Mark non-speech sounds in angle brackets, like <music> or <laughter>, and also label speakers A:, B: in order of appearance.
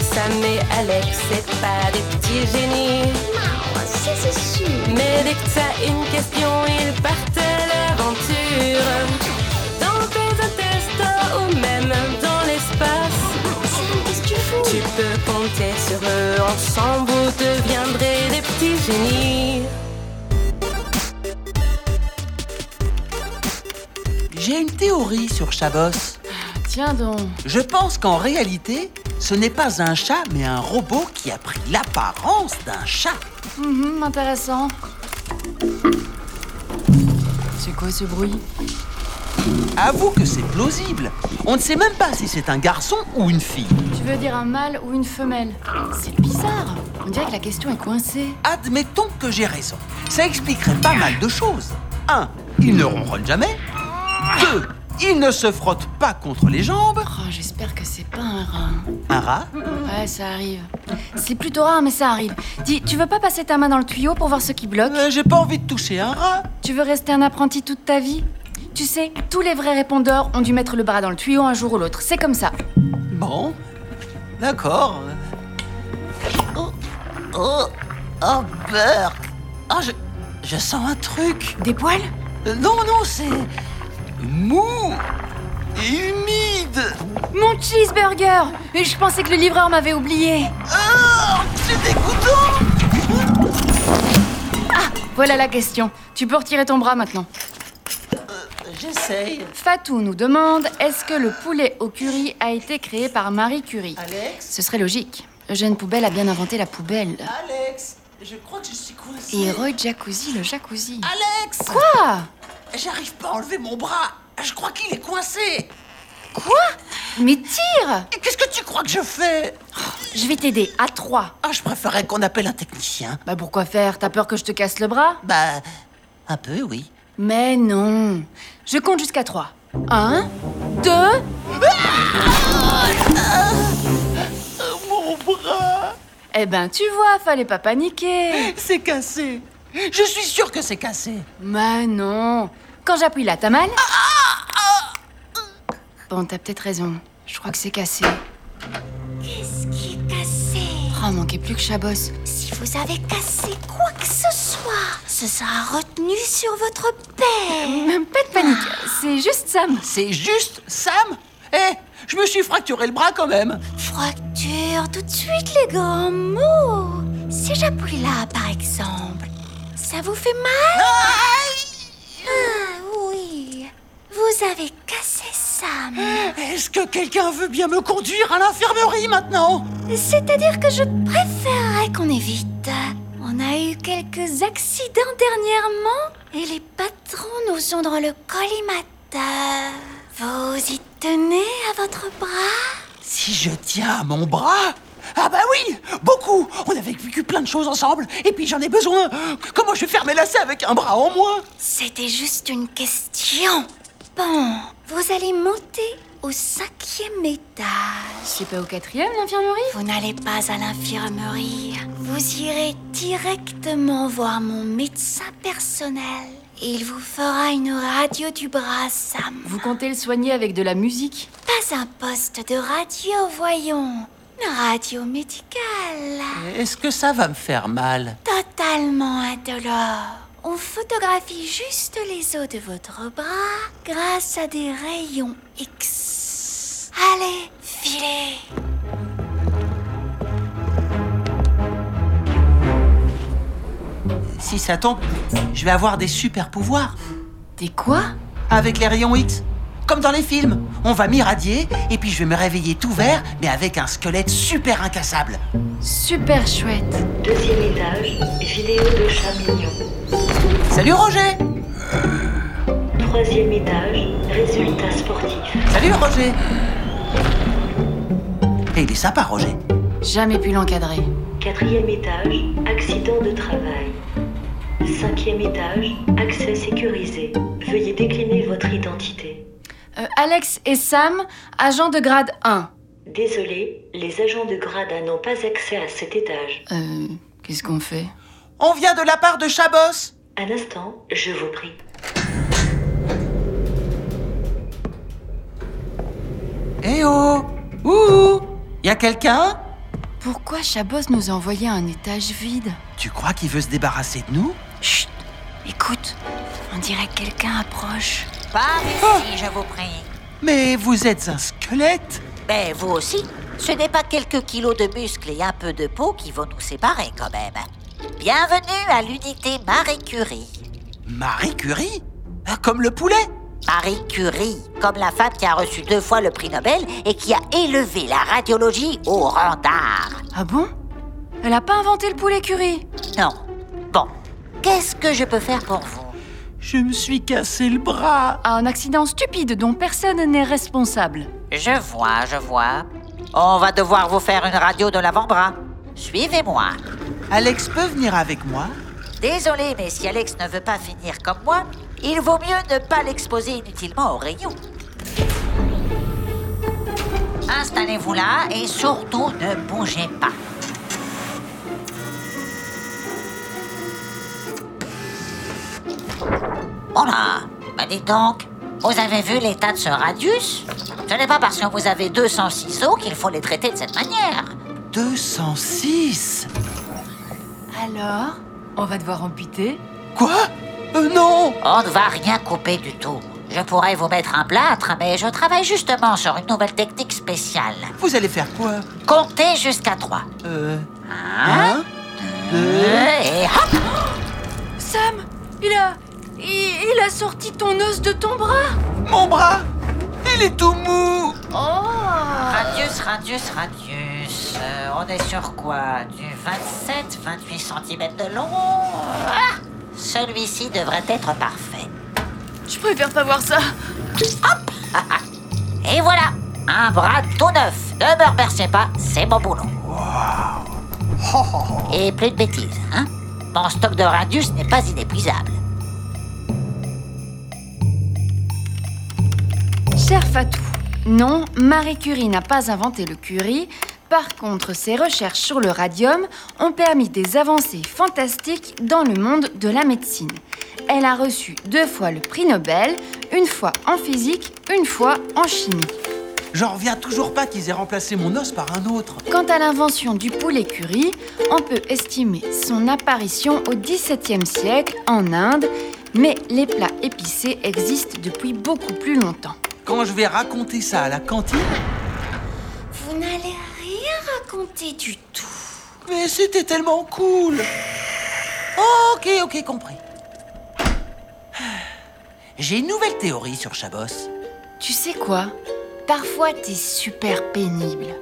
A: Sam et Alex, c'est pas des petits génies.
B: Non, ça c'est sûr.
A: Mais dès que t'as une question, ils partent à l'aventure. Dans tes intestins ou même dans l'espace,
B: Sam, qu'est-ce que tu fous
A: tu peux compter sur eux. Ensemble, vous deviendrez des petits génies.
C: J'ai une théorie sur Chavos.
D: Tiens donc.
C: Je pense qu'en réalité, ce n'est pas un chat, mais un robot qui a pris l'apparence d'un chat.
D: Mhm, intéressant. C'est quoi ce bruit
C: Avoue que c'est plausible. On ne sait même pas si c'est un garçon ou une fille.
D: Tu veux dire un mâle ou une femelle C'est bizarre. On dirait que la question est coincée.
C: Admettons que j'ai raison. Ça expliquerait pas mal de choses. 1. Il ne ronronne jamais. 2. Il ne se frotte pas contre les jambes.
D: Oh, j'espère que c'est pas un rat.
C: Un rat
D: Ouais, ça arrive. C'est plutôt rare, mais ça arrive. Dis, tu veux pas passer ta main dans le tuyau pour voir ce qui bloque
C: Euh, J'ai pas envie de toucher un rat.
D: Tu veux rester un apprenti toute ta vie Tu sais, tous les vrais répondeurs ont dû mettre le bras dans le tuyau un jour ou l'autre. C'est comme ça.
C: Bon, d'accord. Oh, oh, oh, Burke. Ah, je, je sens un truc.
D: Des poils
C: Euh, Non, non, c'est mou et humide.
D: Mon cheeseburger Et je pensais que le livreur m'avait oublié.
C: Ah, c'est dégoûtant.
D: Voilà la question. Tu peux retirer ton bras maintenant.
C: J'essaye.
D: Fatou nous demande est-ce que le poulet au curry a été créé par Marie Curie
C: Alex,
D: Ce serait logique. Eugène Poubelle a bien inventé la poubelle.
C: Alex, je crois que je suis coincée.
D: Et Roy Jacuzzi, le jacuzzi. Ah
C: Alex,
D: Quoi
C: j'arrive pas à enlever mon bras. Je crois qu'il est coincé.
D: Quoi Mais tire
C: Et qu'est-ce que tu crois que je fais
D: Je vais t'aider, à trois.
C: Ah, je préférerais qu'on appelle un technicien.
D: Bah pourquoi faire T'as peur que je te casse le bras
C: Bah, un peu, oui.
D: Mais non Je compte jusqu'à trois. Un, deux...
C: Ah Mon bras
D: Eh ben tu vois, fallait pas paniquer
C: C'est cassé. Je suis sûre que c'est cassé.
D: Mais non Quand j'appuie là, t'as mal Bon, t'as peut-être raison. Je crois que c'est cassé.
B: Qu'est-ce qui est cassé
D: Oh, manquait plus que Chabos.
B: Si vous avez cassé quoi que ce soit, ce sera retenu sur votre paix.
D: Même pas de panique, c'est juste Sam.
C: C'est juste Sam Eh, je me suis fracturé le bras quand même.
B: Fracture tout de suite, les gommes. Oh, Si j'appuie là, par exemple, ça vous fait mal Ah oui, vous avez cassé Sam.
C: Est-ce que quelqu'un veut bien me conduire à l'infirmerie maintenant
B: C'est-à-dire que je préférerais qu'on évite. On a eu quelques accidents dernièrement et les patrons nous ont dans le collimateur. Vous y tenez à votre bras
C: Si je tiens à mon bras Ah bah oui Beaucoup On avait vécu plein de choses ensemble, et puis j'en ai besoin Comment je vais faire mes lacets avec un bras en moins
B: C'était juste une question. Bon, vous allez monter au cinquième étage.
D: C'est pas au quatrième, l'infirmerie
B: Vous n'allez pas à l'infirmerie. Vous irez directement voir mon médecin personnel. Il vous fera une radio du bras, Sam.
D: Vous comptez le soigner avec de la musique
B: Pas un poste de radio, voyons. Une radio médicale.
C: Est-ce que ça va me faire mal
B: Totalement indolore. On photographie juste les os de votre bras grâce à des rayons X. Allez, filez.
C: Si ça tombe, je vais avoir des super pouvoirs.
D: T'es quoi
C: Avec les rayons X. Comme dans les films. On va m'irradier, et puis je vais me réveiller tout vert, mais avec un squelette super incassable.
D: Super chouette
E: Deuxième étage, vidéo de chat mignon.
C: Salut Roger
E: Troisième étage, résultats sportifs.
C: Salut Roger Et il est sympa Roger.
D: Jamais pu l'encadrer.
E: Quatrième étage, accident de travail. Cinquième étage, accès sécurisé. Veuillez décliner votre identité.
D: Euh, Alex et Sam, agents de grade 1.
E: Désolé, les agents de Grada n'ont pas accès à cet étage.
D: Euh, qu'est-ce qu'on fait
C: On vient de la part de Chabos
E: Un instant, je vous prie.
C: Eh oh Ouh Y a quelqu'un
D: Pourquoi Chabos nous a envoyé à un étage vide
C: Tu crois qu'il veut se débarrasser de nous
B: Chut Écoute, on dirait que quelqu'un approche.
F: Par ici, je vous prie.
C: Mais vous êtes un squelette
F: Mais vous aussi, ce n'est pas quelques kilos de muscles et un peu de peau qui vont nous séparer quand même. Bienvenue à l'unité Marie Curie.
C: Marie Curie Ah, Comme le poulet
F: Marie Curie, comme la femme qui a reçu deux fois le prix Nobel et qui a élevé la radiologie au rang d'art.
D: Ah bon Elle a pas inventé le poulet curry
F: Non. Bon, qu'est-ce que je peux faire pour vous
C: Je me suis cassé le bras
D: À un accident stupide dont personne n'est responsable.
F: Je vois, je vois. On va devoir vous faire une radio de l'avant-bras. Suivez-moi.
C: Alex peut venir avec moi
F: Désolé, mais si Alex ne veut pas finir comme moi, il vaut mieux ne pas l'exposer inutilement aux rayons. Installez-vous là et surtout ne bougez pas. Oh là Bah dites donc, vous avez vu l'état de ce radius Ce n'est pas parce que vous avez 200 ciseaux qu'il faut les traiter de cette manière.
C: 206
D: Alors On va devoir amputer
C: Quoi Euh, Non
F: On ne va rien couper du tout. Je pourrais vous mettre un plâtre, mais je travaille justement sur une nouvelle technique spéciale.
C: Vous allez faire quoi
F: Comptez jusqu'à 3.
C: Euh... hein? Un,
F: Euh, Et hop
D: Sam Il a. Il, il a sorti ton os de ton bras
C: Mon bras Il est tout mou
D: Oh
F: Radius, radius, radius. Euh, on est sur quoi Du 27, 28 cm de long Ah Celui-ci devrait être parfait.
D: Je préfère pas voir ça
F: Et voilà Un bras tout neuf. Ne me remerciez pas, c'est mon boulot. Et plus de bêtises, hein Mon stock de radius n'est pas inépuisable.
D: Cher Fatou, non, Marie Curie n'a pas inventé le curry. Par contre, ses recherches sur le radium ont permis des avancées fantastiques dans le monde de la médecine. Elle a reçu deux fois le prix Nobel, une fois en physique, une fois en chimie.
C: J'en reviens toujours pas qu'ils aient remplacé mon os par un autre
D: Quant à l'invention du poulet curry, on peut estimer son apparition au XVIIe siècle en Inde, mais les plats épicés existent depuis beaucoup plus longtemps.
C: Quand je vais raconter ça à la cantine
B: Vous n'allez rien raconter du tout.
C: Mais c'était tellement cool Ok, ok, compris. <sighs> J'ai une nouvelle théorie sur Chabos.
D: Tu sais quoi Parfois, t'es super pénible.